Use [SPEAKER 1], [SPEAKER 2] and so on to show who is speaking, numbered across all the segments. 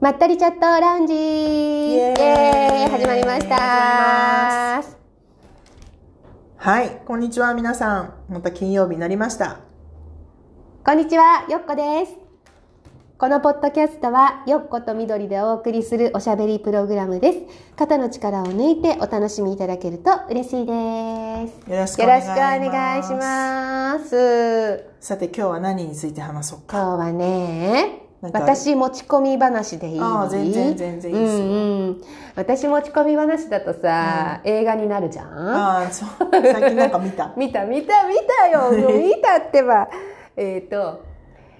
[SPEAKER 1] まったりチャットラウンジイ
[SPEAKER 2] エーイ
[SPEAKER 1] エーイ始まりました
[SPEAKER 2] はい、こんにちは皆さん。また金曜日になりました。
[SPEAKER 1] こんにちは、よっこです。このポッドキャストは、よっことみどりでお送りするおしゃべりプログラムです。肩の力を抜いてお楽しみいただけると嬉しいです。
[SPEAKER 2] よろしく
[SPEAKER 1] よろ
[SPEAKER 2] お願い
[SPEAKER 1] しくお
[SPEAKER 2] します。
[SPEAKER 1] 願いします。
[SPEAKER 2] さて今日は何について話そうか。
[SPEAKER 1] 今日はね、
[SPEAKER 2] なんか
[SPEAKER 1] 私持ち込み話でいい
[SPEAKER 2] ああ全然全然いいですよ
[SPEAKER 1] うんうん。私持ち込み話だとさ、映画になるじゃん。
[SPEAKER 2] ああ、そう。最近なんか見た
[SPEAKER 1] 見た見た見たよもう見たってばえっ、と、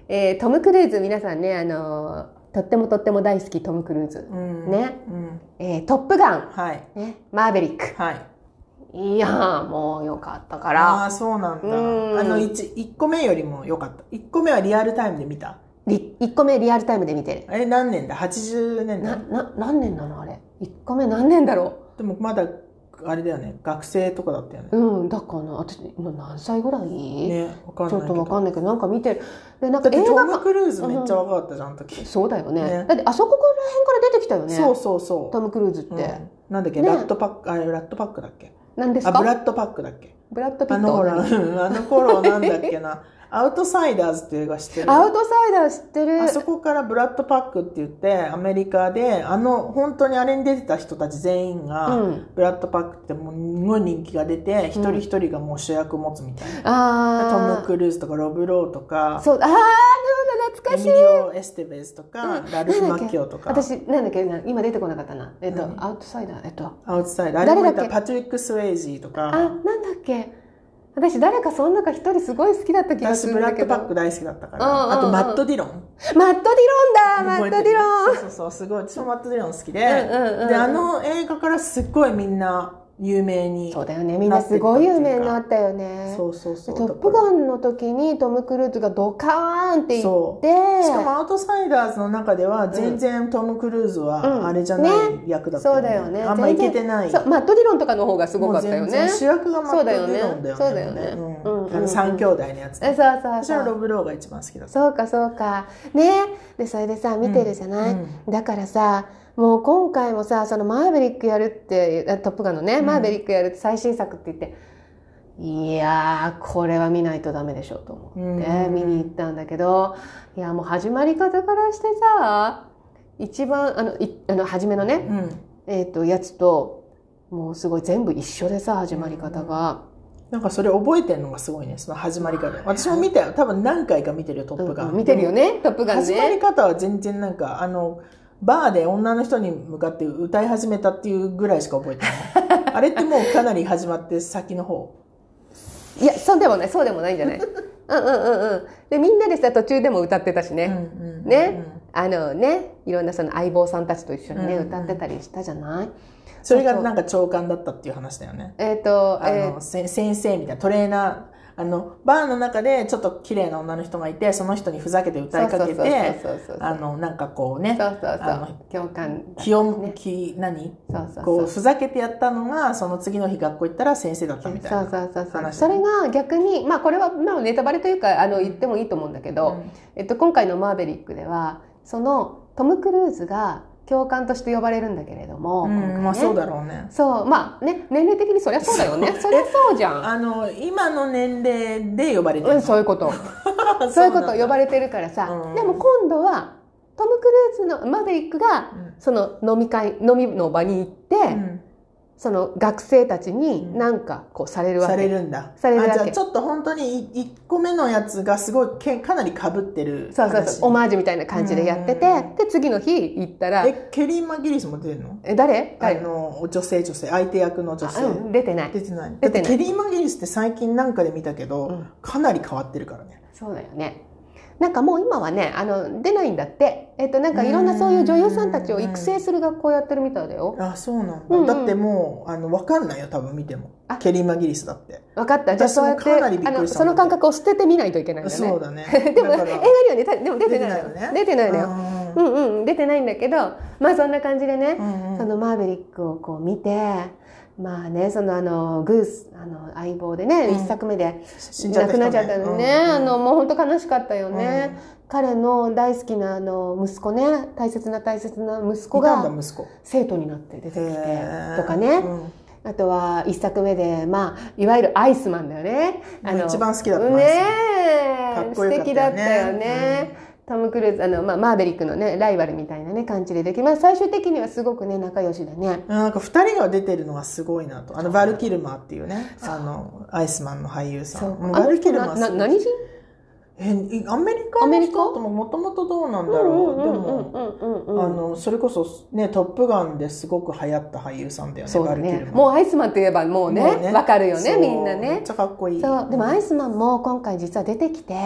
[SPEAKER 1] えートム・クルーズ皆さんねあのーとってもとっても大好きトム・クルーズ、
[SPEAKER 2] うん。
[SPEAKER 1] ね、
[SPEAKER 2] うん。
[SPEAKER 1] えートップガン」
[SPEAKER 2] はい。
[SPEAKER 1] ね「マーベリック
[SPEAKER 2] はい。」
[SPEAKER 1] いやーもうよかったか
[SPEAKER 2] あ
[SPEAKER 1] ら
[SPEAKER 2] あ、そうなんだ。
[SPEAKER 1] うん
[SPEAKER 2] あの1、一個目よりも良かった。1個目はリアルタイムで見た。
[SPEAKER 1] 1個目リアルタイムで見てる
[SPEAKER 2] え、何年だ ?80 年
[SPEAKER 1] な
[SPEAKER 2] 代。
[SPEAKER 1] な何年なのあれ1個目何年だろ
[SPEAKER 2] でもまだ、あれだよね。学生とかだったよね。
[SPEAKER 1] ううんだから私今何歳ぐらい、
[SPEAKER 2] ね、わかん
[SPEAKER 1] ち
[SPEAKER 2] ない
[SPEAKER 1] ょっ
[SPEAKER 2] け
[SPEAKER 1] と
[SPEAKER 2] ど。
[SPEAKER 1] わかんないけどなんか見てるでなんか
[SPEAKER 2] だって
[SPEAKER 1] 映
[SPEAKER 2] ト
[SPEAKER 1] 画
[SPEAKER 2] ム・
[SPEAKER 1] が
[SPEAKER 2] クルーズめっちゃ若かったじゃん、あの時。
[SPEAKER 1] そうだよね
[SPEAKER 2] ね
[SPEAKER 1] だってあそこら辺から出てきたよね
[SPEAKER 2] そうそうそう。
[SPEAKER 1] トム・クルーズって、
[SPEAKER 2] うんなんだっけ、
[SPEAKER 1] ね
[SPEAKER 2] ラットパック、あれ、ラットパックだっけ
[SPEAKER 1] 何です
[SPEAKER 2] あ、
[SPEAKER 1] か
[SPEAKER 2] ブ
[SPEAKER 1] ブラ
[SPEAKER 2] ラッドパックだっけ
[SPEAKER 1] ッド・ピ
[SPEAKER 2] あ
[SPEAKER 1] ッ
[SPEAKER 2] の
[SPEAKER 1] ト
[SPEAKER 2] ほら、うんあの頃なんだっけ な、アウトサイダーズっていう映画知ってる
[SPEAKER 1] アウトサイダー知ってる
[SPEAKER 2] あそこからブラッドパックって言って、アメリカで、あの、本当にあれに出てた人たち全員が、
[SPEAKER 1] うん
[SPEAKER 2] ブラッドパックってもうすごい人気が出て、一人一人がもう主役持つみたいな。ト
[SPEAKER 1] あー
[SPEAKER 2] ム・クルーズとかロブ・ローとか、
[SPEAKER 1] そうあーなんだ懐か
[SPEAKER 2] エミ
[SPEAKER 1] し
[SPEAKER 2] リ
[SPEAKER 1] い
[SPEAKER 2] オ・エステベスとか、ラルフ・
[SPEAKER 1] なんだ
[SPEAKER 2] マ
[SPEAKER 1] っけ
[SPEAKER 2] ッキオとか、
[SPEAKER 1] 私なんだっけな今出てこなかったなえっと
[SPEAKER 2] 何
[SPEAKER 1] アウトサイダーえっと
[SPEAKER 2] アウトサイダー、あれもい
[SPEAKER 1] 誰だったけ
[SPEAKER 2] パトリック・スウェイジーと
[SPEAKER 1] あ
[SPEAKER 2] か、
[SPEAKER 1] なんだっけ私誰かその中一人すごい好きだった気がす
[SPEAKER 2] 私
[SPEAKER 1] る
[SPEAKER 2] ブ
[SPEAKER 1] ん
[SPEAKER 2] ラ
[SPEAKER 1] だ
[SPEAKER 2] ッ
[SPEAKER 1] け
[SPEAKER 2] ド
[SPEAKER 1] ど
[SPEAKER 2] パック大好きだったから、
[SPEAKER 1] うんうんうん
[SPEAKER 2] あとマット・ディロン
[SPEAKER 1] マット・ディロンだマット・ディロ
[SPEAKER 2] そ
[SPEAKER 1] ン
[SPEAKER 2] うそうそうすごい私もマット・ディロン好き
[SPEAKER 1] う
[SPEAKER 2] で、
[SPEAKER 1] んうんうん
[SPEAKER 2] であの映画からすっごいみんな有名に
[SPEAKER 1] そうだよねみんなすごい有名になったよね
[SPEAKER 2] そうそうそう
[SPEAKER 1] トップガンの時にトム・クルーズがドカーンって言って
[SPEAKER 2] しかもアウトサイダーズの中では全然トム・クルーズ
[SPEAKER 1] うん
[SPEAKER 2] はあれじゃない役だった
[SPEAKER 1] そうだよね
[SPEAKER 2] あんまいけてない
[SPEAKER 1] 全然そうマット・ディロンとかの方がすごかったよ
[SPEAKER 2] もう
[SPEAKER 1] ね
[SPEAKER 2] 全然主役がマット・ディロンだよね
[SPEAKER 1] そうだよねそう
[SPEAKER 2] うん
[SPEAKER 1] だよねうんうんうん
[SPEAKER 2] あの三兄弟のやつ、
[SPEAKER 1] えそうそう
[SPEAKER 2] 私は
[SPEAKER 1] そ
[SPEAKER 2] ロ
[SPEAKER 1] う
[SPEAKER 2] ブ・ローが一番好きだった
[SPEAKER 1] そうかそうかねでそれでさ見てるじゃない、
[SPEAKER 2] うん
[SPEAKER 1] だからさもう今回もさそのマーベリックやるってあ「トップガン」のね、
[SPEAKER 2] ん
[SPEAKER 1] マーベリックやるって最新作って言っていやーこれは見ないとダメでしょと思って、
[SPEAKER 2] うん
[SPEAKER 1] 見に行ったんだけどいやもう始まり方からしてさ一番あのいあの初めのね、
[SPEAKER 2] うん
[SPEAKER 1] えー、とやつともうすごい全部一緒でさ始まり方が、
[SPEAKER 2] なんかそれ覚えてるのがすごいね、その始まり方。私も見たよ。多分何回か見てるよ、トップガン。
[SPEAKER 1] うんうん見てるよね「トップ
[SPEAKER 2] でも
[SPEAKER 1] ガン
[SPEAKER 2] 始ま
[SPEAKER 1] ね
[SPEAKER 2] り方は全然なんか、あの、バーで女の人に向かって歌い始めたっていうぐらいしか覚え てない。あれってもうかなり始まって先の方。
[SPEAKER 1] いやそうでもないそうでもないんじゃ ないうんうんうんうんでみんなでさ途中でも歌ってたし
[SPEAKER 2] うん
[SPEAKER 1] ね、
[SPEAKER 2] うん
[SPEAKER 1] ね、
[SPEAKER 2] うん
[SPEAKER 1] あのねいろんなその相棒さんたちと一緒にね、
[SPEAKER 2] うんうん
[SPEAKER 1] 歌ってたりしたじゃない
[SPEAKER 2] それがなんか長官だったっていう話だよね。
[SPEAKER 1] えっ、と
[SPEAKER 2] あ
[SPEAKER 1] え
[SPEAKER 2] の、せ先生みたいな、トレーナー。あの、バーの中でちょっと綺麗な女の人がいて、その人にふざけて歌いかけて
[SPEAKER 1] そうそうそうそうそうそう、
[SPEAKER 2] あの、なんかこうね
[SPEAKER 1] ー、そうそう
[SPEAKER 2] あ
[SPEAKER 1] そう共感
[SPEAKER 2] 気を、気、何
[SPEAKER 1] そうそう
[SPEAKER 2] こ
[SPEAKER 1] そう
[SPEAKER 2] うふざけてやったのがその次の日学校行ったら先生だった
[SPEAKER 1] そう
[SPEAKER 2] みたい
[SPEAKER 1] そう
[SPEAKER 2] な。
[SPEAKER 1] そうそう
[SPEAKER 2] 話
[SPEAKER 1] それが逆にまあこれはまあネタバレというかあの言ってもいいと思うんだけど、
[SPEAKER 2] うん
[SPEAKER 1] えっと、今回の「マーベリック」ではそのトム・クルーズが教官として呼ばれるんだけれども、
[SPEAKER 2] う
[SPEAKER 1] 今回
[SPEAKER 2] ん、
[SPEAKER 1] ね
[SPEAKER 2] まあそうだろうね。
[SPEAKER 1] そうまあね年齢的にそりゃそうだよねそりゃそうじゃん、
[SPEAKER 2] あの今の年齢で呼ばれてる
[SPEAKER 1] う
[SPEAKER 2] の。
[SPEAKER 1] ん、そういうこと
[SPEAKER 2] う
[SPEAKER 1] そういうこと呼
[SPEAKER 2] ば
[SPEAKER 1] ばれてるからさ、
[SPEAKER 2] うん
[SPEAKER 1] でも今度はトム・クルーズのマーベリックが
[SPEAKER 2] うん
[SPEAKER 1] その飲み会飲みの場に行って、その学生たちになんかこうされるわけ、
[SPEAKER 2] されるんだ。
[SPEAKER 1] されるわけ
[SPEAKER 2] あじゃあちょっと本当にい一個目のやつがすごいけかなり被ってる
[SPEAKER 1] そうそうそうオ
[SPEAKER 2] う。
[SPEAKER 1] マージュみたいな感じでやってて、
[SPEAKER 2] う
[SPEAKER 1] で次の日行ったら
[SPEAKER 2] えケリー・マギリスも出てるの？
[SPEAKER 1] え誰
[SPEAKER 2] あ
[SPEAKER 1] 誰
[SPEAKER 2] の女性女性相手役の女
[SPEAKER 1] あ
[SPEAKER 2] 性。
[SPEAKER 1] うん、出てない
[SPEAKER 2] 出てない。
[SPEAKER 1] 出てない
[SPEAKER 2] だってケリー・マギリスって最近なんかで見たけど、
[SPEAKER 1] うん
[SPEAKER 2] かなり変わってるからね。
[SPEAKER 1] そうだよね。なんかもう今はね、あの出ないんだって。えっとなんかいろんなそういう女優さんたちを育成する学校やってるみたいだよ。
[SPEAKER 2] あそうなんだ、
[SPEAKER 1] うんうん
[SPEAKER 2] だってもうあの分かんないよ多分見ても
[SPEAKER 1] あ
[SPEAKER 2] ケリー・マギリスだって
[SPEAKER 1] 分かった。じゃあ
[SPEAKER 2] 私
[SPEAKER 1] そ
[SPEAKER 2] も
[SPEAKER 1] うやって
[SPEAKER 2] かなりびっ
[SPEAKER 1] あ
[SPEAKER 2] く
[SPEAKER 1] の
[SPEAKER 2] りした
[SPEAKER 1] その感覚を捨ててみないといけないんだね。
[SPEAKER 2] そうだね
[SPEAKER 1] でも映画に
[SPEAKER 2] だから
[SPEAKER 1] はね、たでも出てないのよ
[SPEAKER 2] 出てないよね
[SPEAKER 1] 出てないのよ。
[SPEAKER 2] う
[SPEAKER 1] うんうん出てないんだけど、まあそんな感じでね、
[SPEAKER 2] んうん
[SPEAKER 1] そのマーヴェリックをこう見て。まあね、そのあのグースあの相棒でね、
[SPEAKER 2] うん
[SPEAKER 1] 一作目で
[SPEAKER 2] 死んじゃ
[SPEAKER 1] 亡くなっ
[SPEAKER 2] った人ね
[SPEAKER 1] ちゃったのね、
[SPEAKER 2] うん
[SPEAKER 1] あのもう本当悲しかったよね、彼の大好きなあの息子ね大切な大切な息子
[SPEAKER 2] いた
[SPEAKER 1] が
[SPEAKER 2] んだ息子
[SPEAKER 1] 生徒になって出てきて
[SPEAKER 2] へー
[SPEAKER 1] とかね、
[SPEAKER 2] うん
[SPEAKER 1] あとは一作目で、まあ、いわゆるアイスマンだよね。あの
[SPEAKER 2] 一番好きだった
[SPEAKER 1] ねえ
[SPEAKER 2] アイスマンかっこよ
[SPEAKER 1] 素
[SPEAKER 2] かったよね
[SPEAKER 1] 敵だったよね。トム・クルーズ、あの、まあ、マーベリックのね、ライバルみたいなね、感じでできます。最終的にはすごくね、仲良しだね。
[SPEAKER 2] なんか二人が出てるのがすごいなと。あの、バル・キルマーっていうね、あの、アイスマンの俳優さん。もう
[SPEAKER 1] あ
[SPEAKER 2] バ
[SPEAKER 1] の
[SPEAKER 2] ル・キ
[SPEAKER 1] 人
[SPEAKER 2] ルマ
[SPEAKER 1] な、
[SPEAKER 2] ー
[SPEAKER 1] な、
[SPEAKER 2] すごい
[SPEAKER 1] 何人
[SPEAKER 2] え、いアメリカ
[SPEAKER 1] アメ
[SPEAKER 2] の
[SPEAKER 1] リカ
[SPEAKER 2] 人とももともとどうなんだろう。でも、
[SPEAKER 1] うんうんうんうんうん
[SPEAKER 2] あの、それこそね、トップガンですごく流行った俳優さんだよね、
[SPEAKER 1] そう
[SPEAKER 2] バ
[SPEAKER 1] だ
[SPEAKER 2] ル・キル
[SPEAKER 1] ね。
[SPEAKER 2] マー。
[SPEAKER 1] もうアイスマンといえばもうね、
[SPEAKER 2] も
[SPEAKER 1] わ、
[SPEAKER 2] うね
[SPEAKER 1] かるよね、
[SPEAKER 2] そう
[SPEAKER 1] みんな
[SPEAKER 2] めっ
[SPEAKER 1] ね
[SPEAKER 2] ち。ゃかっこいい。
[SPEAKER 1] そう、でもアイスマンも今回実は出てきて、
[SPEAKER 2] う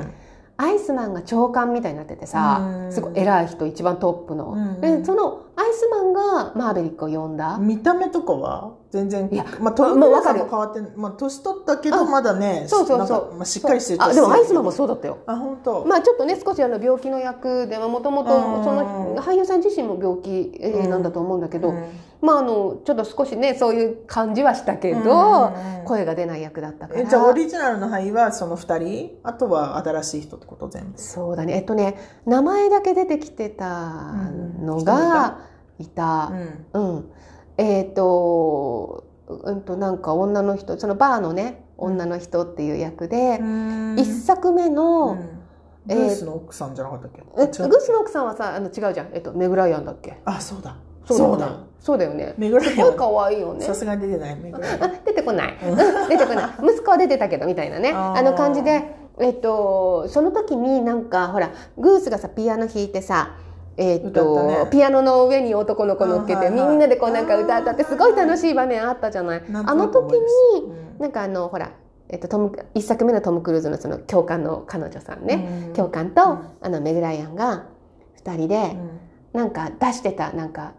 [SPEAKER 2] ん。
[SPEAKER 1] アイスマンが長官みたいになってて
[SPEAKER 2] う
[SPEAKER 1] さ
[SPEAKER 2] ん
[SPEAKER 1] すごい偉い人一番トップの、
[SPEAKER 2] うん
[SPEAKER 1] でそのアイスマンがマーベリックを呼んだ、
[SPEAKER 2] 見た目とかは全然
[SPEAKER 1] いや
[SPEAKER 2] まあ、と
[SPEAKER 1] まあ
[SPEAKER 2] 皆さん
[SPEAKER 1] わかる
[SPEAKER 2] も変わってんまあ、年取ったけどまだね
[SPEAKER 1] そうそうそう
[SPEAKER 2] なんかまあ、しっかりしてる
[SPEAKER 1] あでもアイスマンもそうだったよ
[SPEAKER 2] あ本当、
[SPEAKER 1] まあちょっとね少しあの病気の役でもとも
[SPEAKER 2] う
[SPEAKER 1] と
[SPEAKER 2] ん
[SPEAKER 1] その俳優さん自身も病気えー
[SPEAKER 2] うん
[SPEAKER 1] なんだと思うんだけど、
[SPEAKER 2] うん
[SPEAKER 1] まああのちょっと少しねそういう感じはしたけ
[SPEAKER 2] うん
[SPEAKER 1] ど、
[SPEAKER 2] うんうん
[SPEAKER 1] 声が出ない役だったから
[SPEAKER 2] えじゃあオリジナルの俳優はその2人あとは新しい人ってこと全部
[SPEAKER 1] そうだねえっとね名前だけ出てきてたのがいた。
[SPEAKER 2] うん
[SPEAKER 1] うん、えっ、と、うんとなんか女の人、そのバーのね、女の人っていう役で、一作目
[SPEAKER 2] う
[SPEAKER 1] の、
[SPEAKER 2] ん
[SPEAKER 1] え
[SPEAKER 2] グ
[SPEAKER 1] ー
[SPEAKER 2] ースの奥さんじゃなかったっけ、
[SPEAKER 1] え、
[SPEAKER 2] 違
[SPEAKER 1] グ
[SPEAKER 2] う
[SPEAKER 1] ースの奥さんはさ、あの違うじゃん、えっとメグライアンだっけ？
[SPEAKER 2] あそうだ
[SPEAKER 1] そ
[SPEAKER 2] そうう
[SPEAKER 1] だ
[SPEAKER 2] だ
[SPEAKER 1] よねそうだよね。
[SPEAKER 2] めぐら
[SPEAKER 1] すごい可愛いよね
[SPEAKER 2] さ。すがに出てないめぐら
[SPEAKER 1] あ、出てこない。うん出て こない。息子は出てたけどみたいなね、
[SPEAKER 2] あ
[SPEAKER 1] あ
[SPEAKER 2] ー
[SPEAKER 1] の感じで、えっとその時になんかほらグースがさピアノ弾いてさ。えっと
[SPEAKER 2] 歌ったね
[SPEAKER 1] ピアノの上に男の子乗っけて、
[SPEAKER 2] あーはいはい
[SPEAKER 1] みんなでこうなんか歌ったってすごい楽しい場面あったじゃない
[SPEAKER 2] なん
[SPEAKER 1] あ
[SPEAKER 2] とな
[SPEAKER 1] の
[SPEAKER 2] く
[SPEAKER 1] 時
[SPEAKER 2] 思い出す
[SPEAKER 1] に
[SPEAKER 2] うん
[SPEAKER 1] なんかあのほら、えっと、トム一作目のトム・クルーズのその教官の彼女さんね、
[SPEAKER 2] うん
[SPEAKER 1] 教官と、
[SPEAKER 2] うん
[SPEAKER 1] あのメグライアンが2人でなんか出してたなんか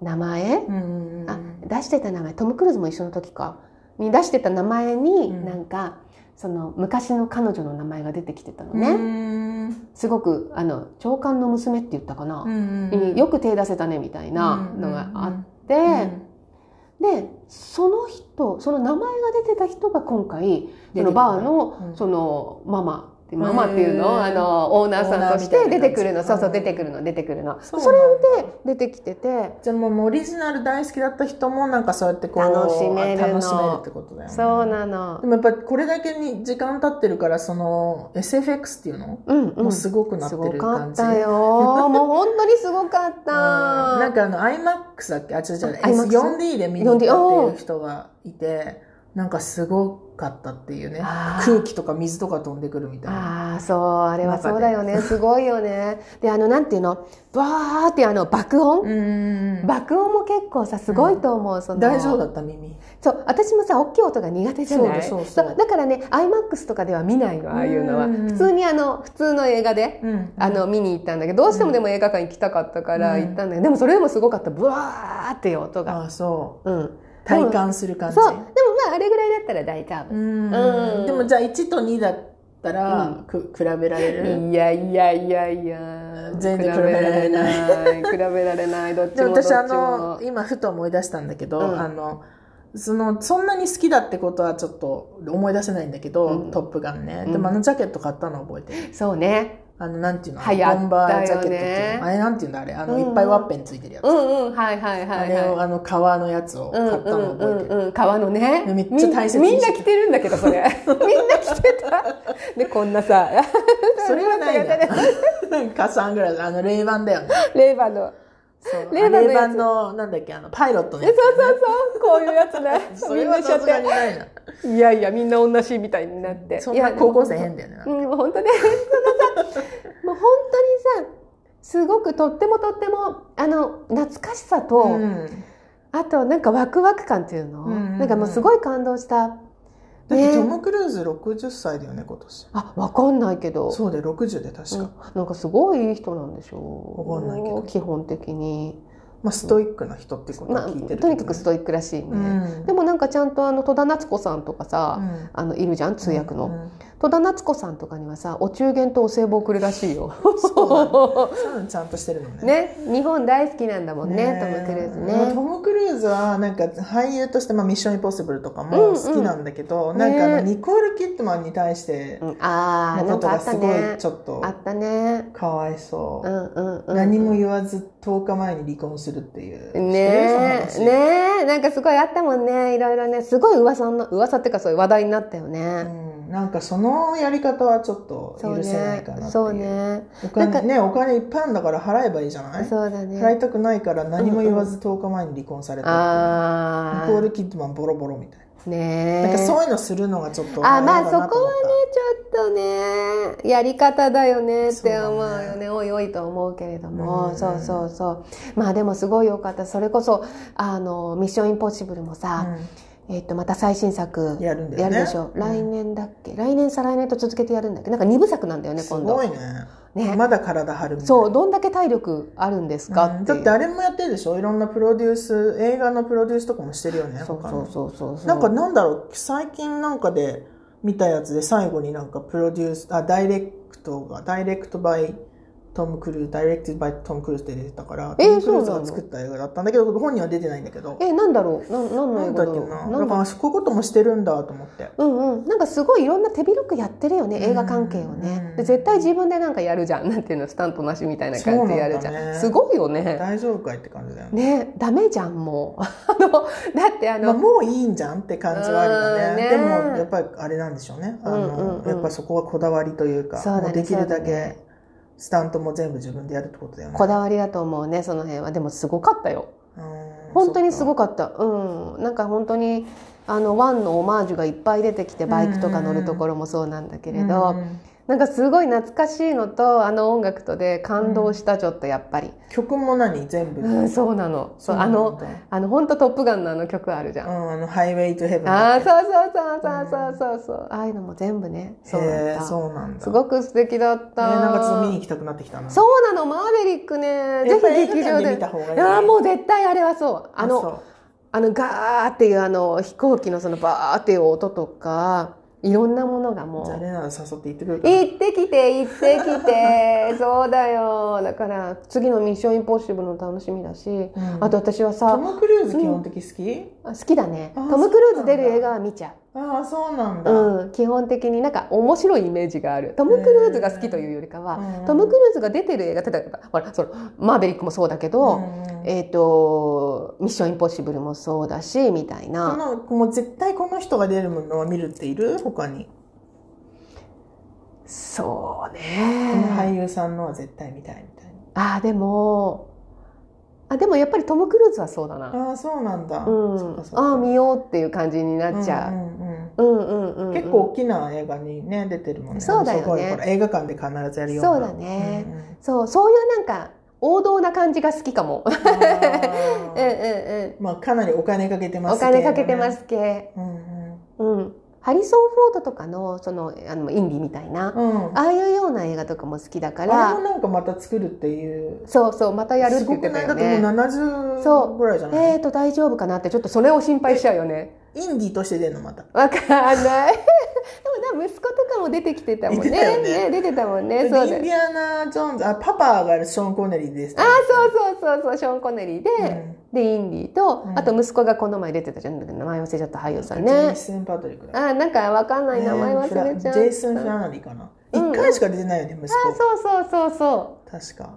[SPEAKER 1] 名前、
[SPEAKER 2] うんうんうん
[SPEAKER 1] あ出してた名前トム・クルーズも一緒の時かに出してた名前に、
[SPEAKER 2] うん
[SPEAKER 1] なんかその昔の彼女の名前が出てきてたの
[SPEAKER 2] うん
[SPEAKER 1] ね、
[SPEAKER 2] うん
[SPEAKER 1] すごくあの長官の娘って言ったかな
[SPEAKER 2] う、ん
[SPEAKER 1] によく手出せたねみたいなのがあって。でその人その名前が出てた人が今回そ
[SPEAKER 2] 出てくる
[SPEAKER 1] のバーの、
[SPEAKER 2] うん
[SPEAKER 1] そのママってママっていう
[SPEAKER 2] へ
[SPEAKER 1] の
[SPEAKER 2] ー
[SPEAKER 1] あのオーナーさんとし
[SPEAKER 2] オ
[SPEAKER 1] て
[SPEAKER 2] ーナ
[SPEAKER 1] 出
[SPEAKER 2] ーみたいな
[SPEAKER 1] て
[SPEAKER 2] やつ
[SPEAKER 1] くるのそうそう
[SPEAKER 2] うん
[SPEAKER 1] 出てくるの出てくるのそ
[SPEAKER 2] そう
[SPEAKER 1] れ
[SPEAKER 2] なんだ
[SPEAKER 1] で出てきてて
[SPEAKER 2] じゃあもうオリジナル大好きだった人もなんかそうやってこう
[SPEAKER 1] 楽しめるの
[SPEAKER 2] 楽しめるってことだよね
[SPEAKER 1] そうなの
[SPEAKER 2] でもやっぱりこれだけに時間経ってるからその SFX っていうの、
[SPEAKER 1] うんうん
[SPEAKER 2] もうすごくなっ
[SPEAKER 1] す
[SPEAKER 2] て
[SPEAKER 1] ご
[SPEAKER 2] る
[SPEAKER 1] か
[SPEAKER 2] 感
[SPEAKER 1] っ
[SPEAKER 2] じ
[SPEAKER 1] たよもう本当にすごかっ
[SPEAKER 2] う
[SPEAKER 1] た
[SPEAKER 2] んなんかあの IMAX だっけあ違う違う
[SPEAKER 1] あ IMAX
[SPEAKER 2] S4D で見に行ったっていう人がいてなんかすごかったっていうね
[SPEAKER 1] あー
[SPEAKER 2] 空気とか水とか飛んでくるみたいな
[SPEAKER 1] ああそうあれはそうだよねすごいよねであのなんていうのわーってあの爆音、
[SPEAKER 2] うん
[SPEAKER 1] 爆音も結構さすごいと思う、その
[SPEAKER 2] 大丈夫だった耳
[SPEAKER 1] そう私もさ大きい音が苦手じゃない
[SPEAKER 2] そうだそうそう
[SPEAKER 1] だからね iMAX とかでは見ないのああいうのは
[SPEAKER 2] うんうんうん
[SPEAKER 1] 普通にあの普通の映画で、
[SPEAKER 2] うん
[SPEAKER 1] あの見に行ったんだけどどうしてもでも映画館行きたかったから
[SPEAKER 2] うん
[SPEAKER 1] 行ったんだけど、でもそれでもすごかったブワーっていう音が、
[SPEAKER 2] あーそう
[SPEAKER 1] うん、
[SPEAKER 2] 体感する
[SPEAKER 1] でも
[SPEAKER 2] 感じ
[SPEAKER 1] そうでもまああれぐらいだったら大丈夫、
[SPEAKER 2] うん
[SPEAKER 1] うん
[SPEAKER 2] でもじゃあ1と2だったら、
[SPEAKER 1] うん
[SPEAKER 2] く比べられる
[SPEAKER 1] いやいやいやいや
[SPEAKER 2] 全然比べられない
[SPEAKER 1] い比べられないどっち
[SPEAKER 2] で
[SPEAKER 1] も
[SPEAKER 2] も
[SPEAKER 1] どっち
[SPEAKER 2] 私あ
[SPEAKER 1] も
[SPEAKER 2] の今ふと思い出したんだけど、
[SPEAKER 1] うん
[SPEAKER 2] あのそのそんなに好きだってことはちょっと思い出せないんだけど「
[SPEAKER 1] うん
[SPEAKER 2] トップガンね」
[SPEAKER 1] うん
[SPEAKER 2] でもあのジャケット買ったの覚えてる
[SPEAKER 1] そうね
[SPEAKER 2] あのなんていうのボ
[SPEAKER 1] 流行ったよね
[SPEAKER 2] ンバージャケットっていうのあれなんていうんだあれあの、
[SPEAKER 1] うん
[SPEAKER 2] いっぱいワッペンついてるやつ、
[SPEAKER 1] うんうんはいはい
[SPEAKER 2] あ
[SPEAKER 1] はい
[SPEAKER 2] れ
[SPEAKER 1] はい
[SPEAKER 2] をあの革のやつを買ったの覚えてる、
[SPEAKER 1] うんうんうんうん、革のね
[SPEAKER 2] めっちゃ大切に
[SPEAKER 1] みんみんな着てるんだけど それみんな着てたでこんなさ
[SPEAKER 2] それはない
[SPEAKER 1] レ
[SPEAKER 2] な加算ぐらいあの冷板だよね
[SPEAKER 1] ーバーの
[SPEAKER 2] そう
[SPEAKER 1] レーバンのやつ
[SPEAKER 2] 冷板のなんだっけあのパイロットの
[SPEAKER 1] え
[SPEAKER 2] や
[SPEAKER 1] そう
[SPEAKER 2] つ
[SPEAKER 1] そうそうこういうやつね
[SPEAKER 2] そ
[SPEAKER 1] み
[SPEAKER 2] れ
[SPEAKER 1] んな
[SPEAKER 2] は
[SPEAKER 1] しちゃ
[SPEAKER 2] さ
[SPEAKER 1] っ
[SPEAKER 2] すがに
[SPEAKER 1] て
[SPEAKER 2] ないな。
[SPEAKER 1] いやいやみんな同じみたいになって
[SPEAKER 2] そ
[SPEAKER 1] い
[SPEAKER 2] ん
[SPEAKER 1] や
[SPEAKER 2] な
[SPEAKER 1] でも
[SPEAKER 2] 高校生変だよね。
[SPEAKER 1] うんもう本当ね そのさもう本当にさすごくとってもとってもあの懐かしさと、
[SPEAKER 2] うん。
[SPEAKER 1] あとなんかワクワク感っていうの、
[SPEAKER 2] うんうんうん
[SPEAKER 1] なんかもうすごい感動した
[SPEAKER 2] だってト
[SPEAKER 1] ね
[SPEAKER 2] ム・クルーズ60歳だよね、今年。
[SPEAKER 1] あわかんないけど
[SPEAKER 2] そうで60で確か。
[SPEAKER 1] うんなんかすごいいい人なんでしょう
[SPEAKER 2] わかんないけど
[SPEAKER 1] 基本的に、
[SPEAKER 2] まあ、ストイックな人ってこと
[SPEAKER 1] ま
[SPEAKER 2] は
[SPEAKER 1] あ、
[SPEAKER 2] 聞いてるけどね、
[SPEAKER 1] とにかくストイックらしいね、
[SPEAKER 2] うん
[SPEAKER 1] でもなんかちゃんとあの戸田夏子さんとかさ、
[SPEAKER 2] うん
[SPEAKER 1] あのいるじゃん通訳の、
[SPEAKER 2] うん
[SPEAKER 1] 戸田夏子さんとかにはさお中元とお歳暮くるらしいよ
[SPEAKER 2] そそういうのちゃんとしてるのね。
[SPEAKER 1] ね日本大好きなんだもんね
[SPEAKER 2] え
[SPEAKER 1] トム・クルーズ
[SPEAKER 2] まあト
[SPEAKER 1] ね
[SPEAKER 2] ム・クルーズはなんか俳優として、まあ、ミッション・インポッシブルとかも好きなんだけど、なんかあの
[SPEAKER 1] ね
[SPEAKER 2] ニコール・キッドマンに対して
[SPEAKER 1] うんああ
[SPEAKER 2] の
[SPEAKER 1] な
[SPEAKER 2] こ
[SPEAKER 1] ん
[SPEAKER 2] と
[SPEAKER 1] かあ
[SPEAKER 2] が
[SPEAKER 1] った
[SPEAKER 2] すご
[SPEAKER 1] ね
[SPEAKER 2] いちょっと
[SPEAKER 1] あったね
[SPEAKER 2] かわいそうう、
[SPEAKER 1] んうんうん
[SPEAKER 2] 何も言わず10日前に離婚するっていう
[SPEAKER 1] ねえ
[SPEAKER 2] 知ってるその話
[SPEAKER 1] ねえなんかすごいあったもんねいろいろねすごい噂の噂っていうかそういう話題になったよね、
[SPEAKER 2] うん、なんかそのやり方はちょっと
[SPEAKER 1] そう
[SPEAKER 2] 許せない
[SPEAKER 1] ね
[SPEAKER 2] かなってい
[SPEAKER 1] そううね
[SPEAKER 2] お
[SPEAKER 1] なんか
[SPEAKER 2] 金ねお金いっぱいあるんだから払えばいいじゃない、
[SPEAKER 1] そうだね
[SPEAKER 2] 払いたくないから何も言わず10日前に離婚されたっていう
[SPEAKER 1] あ
[SPEAKER 2] ニ
[SPEAKER 1] あ
[SPEAKER 2] コール・キッドマンボロボロみたいな
[SPEAKER 1] ねえ
[SPEAKER 2] なんかそういうのするのがちょっと
[SPEAKER 1] あまあ
[SPEAKER 2] れ
[SPEAKER 1] そ
[SPEAKER 2] だ
[SPEAKER 1] こはね
[SPEAKER 2] なと思った
[SPEAKER 1] ちょっとねやり方だよねって思う
[SPEAKER 2] そう
[SPEAKER 1] よ
[SPEAKER 2] だ
[SPEAKER 1] ねおいおいと思うけれども、
[SPEAKER 2] うん
[SPEAKER 1] そうそうそうまあでもすごいよかったそれこそあの「ミッションインポッシブル」もさ、えっとまた最新作
[SPEAKER 2] やるんだよね
[SPEAKER 1] でしょ、
[SPEAKER 2] うん
[SPEAKER 1] 来年だっけ来年再来年と続けてやるんだっけなんか2部作なんだよ
[SPEAKER 2] うん
[SPEAKER 1] ね
[SPEAKER 2] す
[SPEAKER 1] 今
[SPEAKER 2] ご
[SPEAKER 1] 度
[SPEAKER 2] いね
[SPEAKER 1] ね
[SPEAKER 2] まだ体張るみたいな
[SPEAKER 1] そうどんだけ体力あるんですか
[SPEAKER 2] うん
[SPEAKER 1] って
[SPEAKER 2] だ
[SPEAKER 1] いう、
[SPEAKER 2] ってあれもやってるでしょいろんなプロデュース映画のプロデュースとかもしてるよね
[SPEAKER 1] そう
[SPEAKER 2] 他
[SPEAKER 1] そ
[SPEAKER 2] の
[SPEAKER 1] うそうそうそう
[SPEAKER 2] なんかなんだろう最近なんかで見たやつで最後になんかプロデュースあダイレクトがダイレクトバイトム・クルーズダイレクトバイトム・クルーズって出てたから
[SPEAKER 1] え
[SPEAKER 2] トム・クルーズ
[SPEAKER 1] そうなの
[SPEAKER 2] が作った映画だったんだけど本人は出てないんだけど
[SPEAKER 1] えなんだろうなんなんの
[SPEAKER 2] な
[SPEAKER 1] 映
[SPEAKER 2] ん
[SPEAKER 1] 画
[SPEAKER 2] だ
[SPEAKER 1] だ
[SPEAKER 2] っ
[SPEAKER 1] ろ
[SPEAKER 2] け
[SPEAKER 1] う
[SPEAKER 2] な
[SPEAKER 1] な
[SPEAKER 2] だ
[SPEAKER 1] ん
[SPEAKER 2] から
[SPEAKER 1] だ
[SPEAKER 2] あそういうこともしてるんだと思って
[SPEAKER 1] うんうん、なんかすごいいろんな手広くやってるよね映画関係を
[SPEAKER 2] うんう
[SPEAKER 1] ね
[SPEAKER 2] ん
[SPEAKER 1] で絶対自分でなんかやるじゃんなんていうのスタントなしみたいな感じでやるじゃん
[SPEAKER 2] そうなんだね
[SPEAKER 1] すごいよね
[SPEAKER 2] 大丈夫かいって感じだよね
[SPEAKER 1] ねダメじゃんもう あのだってあ
[SPEAKER 2] まあ、
[SPEAKER 1] の、
[SPEAKER 2] もういいんじゃんって感じはあるよね
[SPEAKER 1] う
[SPEAKER 2] で
[SPEAKER 1] んね
[SPEAKER 2] もやっぱりあれなんでしょうねあの、
[SPEAKER 1] うんうんうん
[SPEAKER 2] やっぱそこはこだわりというか
[SPEAKER 1] そうだね
[SPEAKER 2] もうできる
[SPEAKER 1] そ
[SPEAKER 2] だ
[SPEAKER 1] うだ
[SPEAKER 2] け
[SPEAKER 1] ね
[SPEAKER 2] スタントも全部自分でやるってことだよね
[SPEAKER 1] こだわりだと思うねその辺はでもすごかったよ
[SPEAKER 2] うん
[SPEAKER 1] 本当にす
[SPEAKER 2] そ
[SPEAKER 1] ごかったうんなんか本当にあのワンのオマージュがいっぱい出てきてバイクとか乗るところもそうなんだけ
[SPEAKER 2] う
[SPEAKER 1] れ
[SPEAKER 2] か
[SPEAKER 1] ど、
[SPEAKER 2] うん
[SPEAKER 1] なんかすごい懐かしいのとあの音楽とで感動したちょっとやっぱり、
[SPEAKER 2] 曲も何全部、
[SPEAKER 1] うん、そうなのそう
[SPEAKER 2] な
[SPEAKER 1] あ
[SPEAKER 2] んだ
[SPEAKER 1] のあの本当トップガンのあの曲あるじゃ。
[SPEAKER 2] うんんあのハイウェイトヘブン
[SPEAKER 1] ああ、
[SPEAKER 2] う
[SPEAKER 1] そうそうそうそうそうそうそう。ああいうのも全部ね。そうだった。
[SPEAKER 2] そうなんだ
[SPEAKER 1] すごく素敵だっ
[SPEAKER 2] え
[SPEAKER 1] た。
[SPEAKER 2] ーなんかちょっと見に行きたくなってきたな
[SPEAKER 1] そうなの、マーベリックね。ぜ
[SPEAKER 2] やっぱ
[SPEAKER 1] ひ劇場
[SPEAKER 2] 映画館で
[SPEAKER 1] で。
[SPEAKER 2] 見た方がいいね
[SPEAKER 1] やもう絶対あれはそう。あの、
[SPEAKER 2] そ
[SPEAKER 1] あのガーっていうあの飛行機のそのバーっていう音とか、いろんなものが
[SPEAKER 2] うじゃあ
[SPEAKER 1] もう。
[SPEAKER 2] レナー誘って行ってくるから
[SPEAKER 1] 行ってきて行ってきて そうだよだから次の「ミッションインポッシブル」の楽しみだし、
[SPEAKER 2] ん
[SPEAKER 1] あと私は
[SPEAKER 2] ト
[SPEAKER 1] さ
[SPEAKER 2] ム・クルーズ基本的好き、
[SPEAKER 1] 好きだね
[SPEAKER 2] あ
[SPEAKER 1] ト
[SPEAKER 2] ー
[SPEAKER 1] ム・クルーズ出る
[SPEAKER 2] そうなんだ
[SPEAKER 1] 映画は見ちゃう
[SPEAKER 2] ああそうなんだ、
[SPEAKER 1] うん、基本的になんか面白いイメージがあるトム・クルーズが好きというよりか
[SPEAKER 2] う
[SPEAKER 1] は
[SPEAKER 2] ん
[SPEAKER 1] トム・クルーズが出てる映画例えばほらそのマーベリックもそうだけど、
[SPEAKER 2] うん
[SPEAKER 1] えっ、と「ミッション・インポッシブル」もそうだしみたい
[SPEAKER 2] こ
[SPEAKER 1] な
[SPEAKER 2] のもう絶対この人が出るものは見るっている他に、
[SPEAKER 1] そう
[SPEAKER 2] この
[SPEAKER 1] ね、
[SPEAKER 2] 俳優さんのは絶対見たいみたい
[SPEAKER 1] あーでもあでもやっぱりトム・クルーズはそうだな、
[SPEAKER 2] なああそうなんだ、
[SPEAKER 1] うん
[SPEAKER 2] そっかそっか
[SPEAKER 1] ああ見ようっていう感じになっちゃう、
[SPEAKER 2] んうんう
[SPEAKER 1] うん、う
[SPEAKER 2] ん
[SPEAKER 1] んうんうん
[SPEAKER 2] 結構大きな映画にね出てるもんね
[SPEAKER 1] そうだよね
[SPEAKER 2] あのこほら映画館で必ずやるような
[SPEAKER 1] そうだね
[SPEAKER 2] う んうん
[SPEAKER 1] そうそういうなんか王道な感じが好きかも うんうん
[SPEAKER 2] あー
[SPEAKER 1] うん
[SPEAKER 2] まあかなりお金かけてます
[SPEAKER 1] お金かけてます系、
[SPEAKER 2] けどねうん
[SPEAKER 1] うん、ハリソン・フォードとかのそのあのインディみたいな、
[SPEAKER 2] うんうん
[SPEAKER 1] ああいうような映画とかも好きだか
[SPEAKER 2] あれも
[SPEAKER 1] ら
[SPEAKER 2] なんかまた作るっていう
[SPEAKER 1] そうそうまたやるって
[SPEAKER 2] す
[SPEAKER 1] 言
[SPEAKER 2] ご
[SPEAKER 1] ってた
[SPEAKER 2] くな
[SPEAKER 1] よ
[SPEAKER 2] いだっても
[SPEAKER 1] ね
[SPEAKER 2] う
[SPEAKER 1] そう
[SPEAKER 2] 70ぐらいじゃない、
[SPEAKER 1] えーと大丈夫かなってちょっとそれを心配しちゃうよね
[SPEAKER 2] インディーとして出るのまた
[SPEAKER 1] わかんない でもな息子とかも出てきてたもんね
[SPEAKER 2] 出てたよね
[SPEAKER 1] 出てたもんね
[SPEAKER 2] で
[SPEAKER 1] そう
[SPEAKER 2] イン
[SPEAKER 1] で
[SPEAKER 2] ディアナ・ジョーンズあパパがショーン・コネリーです
[SPEAKER 1] あそうそうそうそうショーン・コネリーで、
[SPEAKER 2] うん
[SPEAKER 1] でインディと、
[SPEAKER 2] うん
[SPEAKER 1] あと息子がこの前出てたじゃん名前忘れちゃった俳優さん
[SPEAKER 2] ジェイ
[SPEAKER 1] ね
[SPEAKER 2] ソン・パトリックだ。
[SPEAKER 1] あなんかわかんない名前
[SPEAKER 2] ねフラ
[SPEAKER 1] 忘れちゃう、
[SPEAKER 2] ジェイソン・フラナリーかな。一、
[SPEAKER 1] うん
[SPEAKER 2] 回しか出てないよね、息子。
[SPEAKER 1] あそうそうそうそう
[SPEAKER 2] 確か。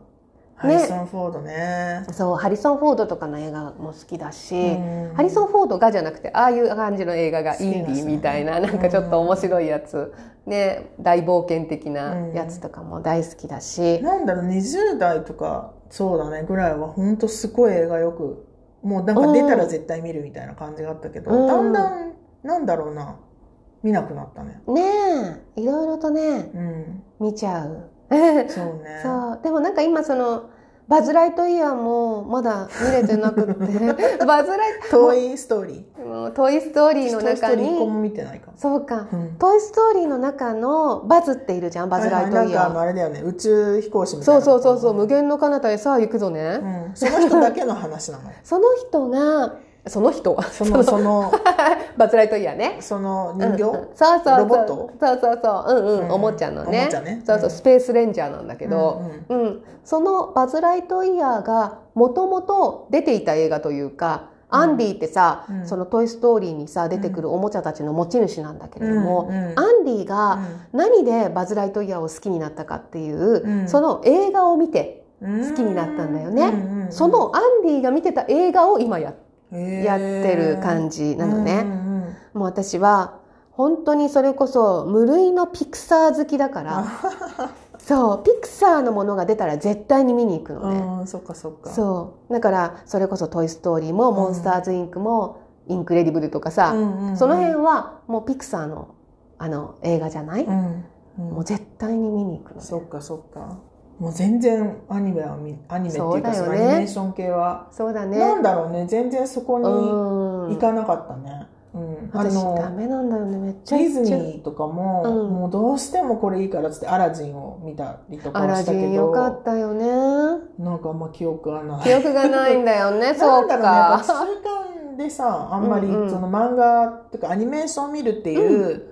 [SPEAKER 2] ハリソン・フォードね。
[SPEAKER 1] そうハリソン・フォードとかの映画も好きだし、
[SPEAKER 2] うん
[SPEAKER 1] ハリソン・フォードがじゃなくてああいう感じの映画がインディ
[SPEAKER 2] 好きです
[SPEAKER 1] ー
[SPEAKER 2] ね
[SPEAKER 1] みたいな、なんかちょっと面白いやつ、ね、大冒険的なやつとかも大好きだし、
[SPEAKER 2] なんだろう、20代とか、そうだね、ぐらいは、ほんとすごい映画よく、もうなんか出たら絶対見るみたいな感じがあったけど、
[SPEAKER 1] うん
[SPEAKER 2] だんだん、なんだろうな、見なくなったね。
[SPEAKER 1] ねえいろいろとね
[SPEAKER 2] うん。
[SPEAKER 1] 見ちゃう。
[SPEAKER 2] そうね。
[SPEAKER 1] そうでもなんか今そのバズ・ライトイヤーもまだ見れてなくって バズ・ライ
[SPEAKER 2] トイストーリー。
[SPEAKER 1] トもうトイ・ストーリーの
[SPEAKER 2] トイスト
[SPEAKER 1] 中
[SPEAKER 2] ーリー一個
[SPEAKER 1] に
[SPEAKER 2] も見てないかも。
[SPEAKER 1] そうか、
[SPEAKER 2] うん
[SPEAKER 1] トイ・ストーリーの中のバズっているじゃんバズ・ライ
[SPEAKER 2] は
[SPEAKER 1] ト
[SPEAKER 2] いは
[SPEAKER 1] イ
[SPEAKER 2] いなんか
[SPEAKER 1] ヤ
[SPEAKER 2] あ
[SPEAKER 1] ー、
[SPEAKER 2] のあれだよね、宇宙飛行士みたい
[SPEAKER 1] そ
[SPEAKER 2] な。
[SPEAKER 1] うそうそうそう無限の彼方へさあ行くぞね、
[SPEAKER 2] うん。その人だけの話なの。
[SPEAKER 1] その人がその人
[SPEAKER 2] その、その、
[SPEAKER 1] バズ・ライトイヤーね
[SPEAKER 2] その
[SPEAKER 1] うん
[SPEAKER 2] 人形、
[SPEAKER 1] うんそうそうそう
[SPEAKER 2] ロボット
[SPEAKER 1] そうそうそううんうん、
[SPEAKER 2] うん
[SPEAKER 1] おもちゃのね
[SPEAKER 2] おもちゃね
[SPEAKER 1] そうそううんスペースレンジャーなんだけど、うんそのバズ・ライトイヤーがもともと出ていた映画というか、
[SPEAKER 2] うん
[SPEAKER 1] アンディってさ、
[SPEAKER 2] うん
[SPEAKER 1] その「トイ・ストーリー」にさ出てくるおもちゃたちの持ち主なんだけれども、
[SPEAKER 2] うんうん
[SPEAKER 1] アンディ
[SPEAKER 2] う
[SPEAKER 1] が
[SPEAKER 2] ん
[SPEAKER 1] 何でバズ・ライトイヤーを好きになったかっていう、
[SPEAKER 2] うん
[SPEAKER 1] その映画を見て
[SPEAKER 2] 好
[SPEAKER 1] 好きになったんだよねそ、のアンディが見てた映画を今ややってる感
[SPEAKER 2] じ
[SPEAKER 1] じなのね。
[SPEAKER 2] うんうん
[SPEAKER 1] もう私は本当にそれこそ無類のピクサー好きだからそうピクサーのものが出たら絶対に見に行くのね
[SPEAKER 2] あーそっかそっか。
[SPEAKER 1] そうだからそれこそ「トイ・ストーリー」も「
[SPEAKER 2] うん
[SPEAKER 1] モンスターズ・インク」も「インクレディブル」とかさ、
[SPEAKER 2] うんうんうん
[SPEAKER 1] その辺はもうピクサーのあの映画じゃない、
[SPEAKER 2] うんうん
[SPEAKER 1] もう絶対に見に行くのね
[SPEAKER 2] そっかそっか。もう全然アニメは見アニメっていうか
[SPEAKER 1] そうだよね
[SPEAKER 2] そのアニメーション系は、
[SPEAKER 1] そうだね
[SPEAKER 2] なんだろうね全然そこ
[SPEAKER 1] う
[SPEAKER 2] に
[SPEAKER 1] ん
[SPEAKER 2] 行かなかったね。うん、あ
[SPEAKER 1] 私ダ
[SPEAKER 2] の
[SPEAKER 1] メなんだよねめっち
[SPEAKER 2] デ
[SPEAKER 1] ゃ
[SPEAKER 2] ィズ
[SPEAKER 1] 行っ
[SPEAKER 2] ニ
[SPEAKER 1] ちゃう
[SPEAKER 2] ーとかも、
[SPEAKER 1] うん
[SPEAKER 2] もうどうしてもこれいいからっつってアラジンを見たりとか
[SPEAKER 1] ア
[SPEAKER 2] は
[SPEAKER 1] ラ
[SPEAKER 2] した
[SPEAKER 1] ジ
[SPEAKER 2] け
[SPEAKER 1] ンよ
[SPEAKER 2] ど
[SPEAKER 1] かったよね
[SPEAKER 2] なんかあんま記憶がない。
[SPEAKER 1] 記憶がないんだよね
[SPEAKER 2] な
[SPEAKER 1] そ
[SPEAKER 2] ん
[SPEAKER 1] う
[SPEAKER 2] だろうね、や
[SPEAKER 1] か
[SPEAKER 2] っぱ習慣でさ、あんまり
[SPEAKER 1] う
[SPEAKER 2] そ
[SPEAKER 1] んうん
[SPEAKER 2] の漫画とかアニメーションを見るっていう、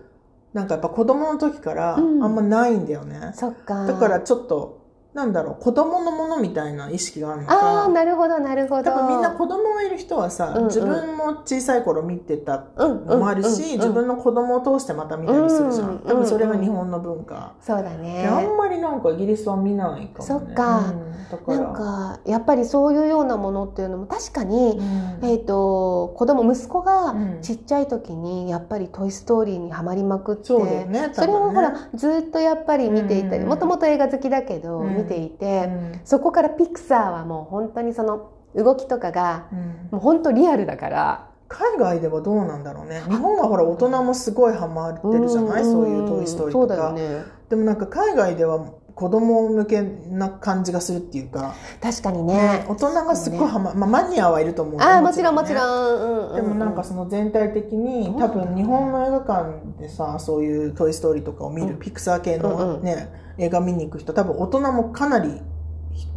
[SPEAKER 2] なんかやっぱ子供の時からあ
[SPEAKER 1] うん
[SPEAKER 2] んまないんだよね。
[SPEAKER 1] そっか
[SPEAKER 2] だからちょっと、なんだろう、子供のものみたいな意識があるの
[SPEAKER 1] ああ
[SPEAKER 2] か。
[SPEAKER 1] なるほどなるほど
[SPEAKER 2] 多分みんな子供がいる人はさ、
[SPEAKER 1] うんうん
[SPEAKER 2] 自分も小さい頃見てた
[SPEAKER 1] うん
[SPEAKER 2] のもあるし、
[SPEAKER 1] うんうん
[SPEAKER 2] 自分の子供を通してまた見たりするじゃん。
[SPEAKER 1] うん
[SPEAKER 2] 多分それが日本の文化。
[SPEAKER 1] そうだ
[SPEAKER 2] で
[SPEAKER 1] ね
[SPEAKER 2] あんまりなんかイギリスは見ないかもね。
[SPEAKER 1] そっか
[SPEAKER 2] うんだから。
[SPEAKER 1] なんかやっぱりそういうようなものっていうのも確か
[SPEAKER 2] う
[SPEAKER 1] に、
[SPEAKER 2] ん
[SPEAKER 1] えー、と子供息子が
[SPEAKER 2] うん
[SPEAKER 1] ちっちゃい時にやっぱり「トイ・ストーリー」にはまりまくって
[SPEAKER 2] そうだよね。
[SPEAKER 1] それ
[SPEAKER 2] 多
[SPEAKER 1] を
[SPEAKER 2] 分ね
[SPEAKER 1] ほらずっとやっぱり見ていた
[SPEAKER 2] うん
[SPEAKER 1] り
[SPEAKER 2] うん
[SPEAKER 1] もともと映画好きだけど
[SPEAKER 2] うん
[SPEAKER 1] 見てい
[SPEAKER 2] うん
[SPEAKER 1] て、そこからピクサーはもう本当にその動きとかがもう本当リアルだから
[SPEAKER 2] 海外ではどうなんだろうね日本はほら大人もすごいハマってるじゃない
[SPEAKER 1] ん
[SPEAKER 2] そういう「トイ・ストーリー」と
[SPEAKER 1] そうだよ
[SPEAKER 2] か、
[SPEAKER 1] ね
[SPEAKER 2] でもなんか海外では子供向けな感じがするっていうか、
[SPEAKER 1] 確かにね
[SPEAKER 2] 大人がすっごいハマ、まあ、マニアはいると思う
[SPEAKER 1] ああもちろんもちろ
[SPEAKER 2] んね
[SPEAKER 1] んうんうう
[SPEAKER 2] でもなんかその全体的に
[SPEAKER 1] どうな
[SPEAKER 2] 多
[SPEAKER 1] んだろうね
[SPEAKER 2] 分日本の映画館でさそういう「トイ・ストーリー」とかを見る、
[SPEAKER 1] うん
[SPEAKER 2] ピクサー系
[SPEAKER 1] うんう
[SPEAKER 2] の
[SPEAKER 1] ん
[SPEAKER 2] ね、映画見に行く人多分大人もかなり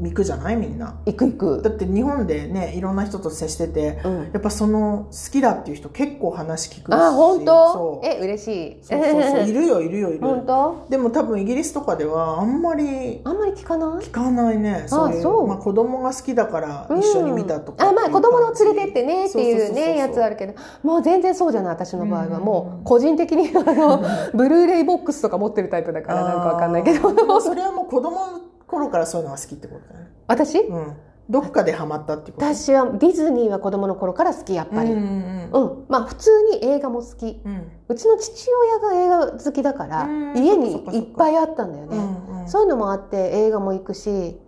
[SPEAKER 2] 行くじゃないみんな
[SPEAKER 1] 行く行く
[SPEAKER 2] だって日本でねいろんな人と接してて
[SPEAKER 1] うん、
[SPEAKER 2] やっぱその好きだっていう人結構話聞くし
[SPEAKER 1] あ本
[SPEAKER 2] そ
[SPEAKER 1] 当
[SPEAKER 2] う
[SPEAKER 1] え嬉しい
[SPEAKER 2] そうそう そういるよいるよいる
[SPEAKER 1] 本当
[SPEAKER 2] でも多分イギリスとかではあんまり
[SPEAKER 1] あんまり聞かない
[SPEAKER 2] 聞かないねそういう
[SPEAKER 1] そう
[SPEAKER 2] まあ、子供が好きだから一緒に見たと
[SPEAKER 1] う
[SPEAKER 2] か、
[SPEAKER 1] んあまあ子供の連れてってねっていうねやつはあ
[SPEAKER 2] る
[SPEAKER 1] るけどもう全然そうじゃない私の場合は
[SPEAKER 2] うんうん
[SPEAKER 1] も
[SPEAKER 2] うん
[SPEAKER 1] う個人的に あのブルーレイボックスとか持ってるタイプだからなんかわかんないけど
[SPEAKER 2] それはもう子供の頃からそういうのが好きってことだね
[SPEAKER 1] 私
[SPEAKER 2] うんどっかでハマったってこと
[SPEAKER 1] 私はディズニーは子供の頃から好きやっぱり、
[SPEAKER 2] う
[SPEAKER 1] うんん
[SPEAKER 2] うん
[SPEAKER 1] まあ普通に映画も好き
[SPEAKER 2] うん
[SPEAKER 1] うちの父親が映画好きだから
[SPEAKER 2] うん
[SPEAKER 1] 家に
[SPEAKER 2] そっかそっか
[SPEAKER 1] いっぱいあったんだよ
[SPEAKER 2] う
[SPEAKER 1] ね、
[SPEAKER 2] んうん
[SPEAKER 1] そういうのもあって映画も行くし、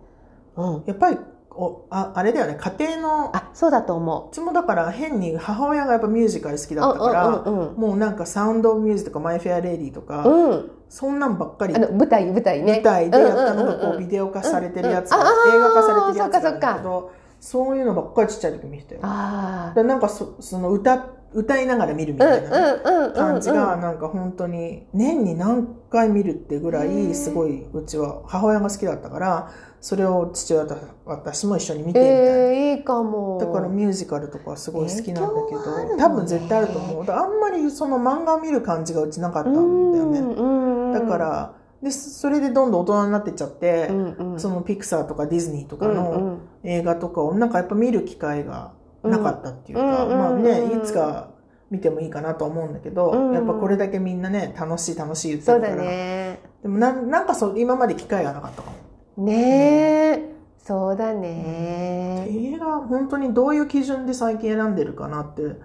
[SPEAKER 1] うん、
[SPEAKER 2] やっぱりおああれだよね家庭のう
[SPEAKER 1] あそうだと思
[SPEAKER 2] ちもだから変に母親がやっぱミュージカル好き
[SPEAKER 1] う。
[SPEAKER 2] だったから、
[SPEAKER 1] うんうん
[SPEAKER 2] もうなんかサウンド・オブ・ミュージックとかマイ・フェア・レディとか、
[SPEAKER 1] うんうん、
[SPEAKER 2] そんなんばっかり
[SPEAKER 1] あの舞台舞台ね
[SPEAKER 2] 舞台でやったのが
[SPEAKER 1] うんうんうん
[SPEAKER 2] こ
[SPEAKER 1] う
[SPEAKER 2] うんビデオ化されてるやつ
[SPEAKER 1] うんう
[SPEAKER 2] が
[SPEAKER 1] んあー
[SPEAKER 2] 映画化されてるやつ
[SPEAKER 1] そ
[SPEAKER 2] な
[SPEAKER 1] っ
[SPEAKER 2] ん
[SPEAKER 1] か
[SPEAKER 2] だ
[SPEAKER 1] そっ
[SPEAKER 2] けどそういうのばっかりちっちゃい時見てたよだか
[SPEAKER 1] ああ
[SPEAKER 2] らなんかそその歌歌いながら見るみ
[SPEAKER 1] うんう
[SPEAKER 2] たいなん
[SPEAKER 1] うんうん
[SPEAKER 2] 感じがなんか本当に年に何回見るってぐら
[SPEAKER 1] へ
[SPEAKER 2] い
[SPEAKER 1] ー
[SPEAKER 2] すごいうちは母親が好きだったからそれを父親と私も一緒に見てみたいな。
[SPEAKER 1] ええいいかも
[SPEAKER 2] だからミュージカルとかすごい好きなんだ
[SPEAKER 1] 影
[SPEAKER 2] け
[SPEAKER 1] 響はある
[SPEAKER 2] ど、
[SPEAKER 1] のね
[SPEAKER 2] 多分絶対あると思う。だからあんまりその漫画見る感じがうちなかったんだよね。
[SPEAKER 1] うんうん
[SPEAKER 2] だからでそれでどんどん大人になってっちゃって、
[SPEAKER 1] うんうん
[SPEAKER 2] そのピクサーとかディズニーとか
[SPEAKER 1] うんう
[SPEAKER 2] の
[SPEAKER 1] ん
[SPEAKER 2] 映画とかをなんかやっぱ見る機会がなかったっていうか、
[SPEAKER 1] うんうん
[SPEAKER 2] まあ
[SPEAKER 1] うんう
[SPEAKER 2] ね
[SPEAKER 1] ん
[SPEAKER 2] いつか見てもいいかなと思うんだけど、
[SPEAKER 1] うん
[SPEAKER 2] やっぱこれだけみんなね楽しい楽しい言って
[SPEAKER 1] そう
[SPEAKER 2] るか
[SPEAKER 1] だ
[SPEAKER 2] ら、
[SPEAKER 1] ね
[SPEAKER 2] でもなんなんかそう今まで機会がなかったかも、
[SPEAKER 1] ねえ、そうだ
[SPEAKER 2] 映
[SPEAKER 1] ね、
[SPEAKER 2] 映画本当にどういう基準で最近選んでるかなって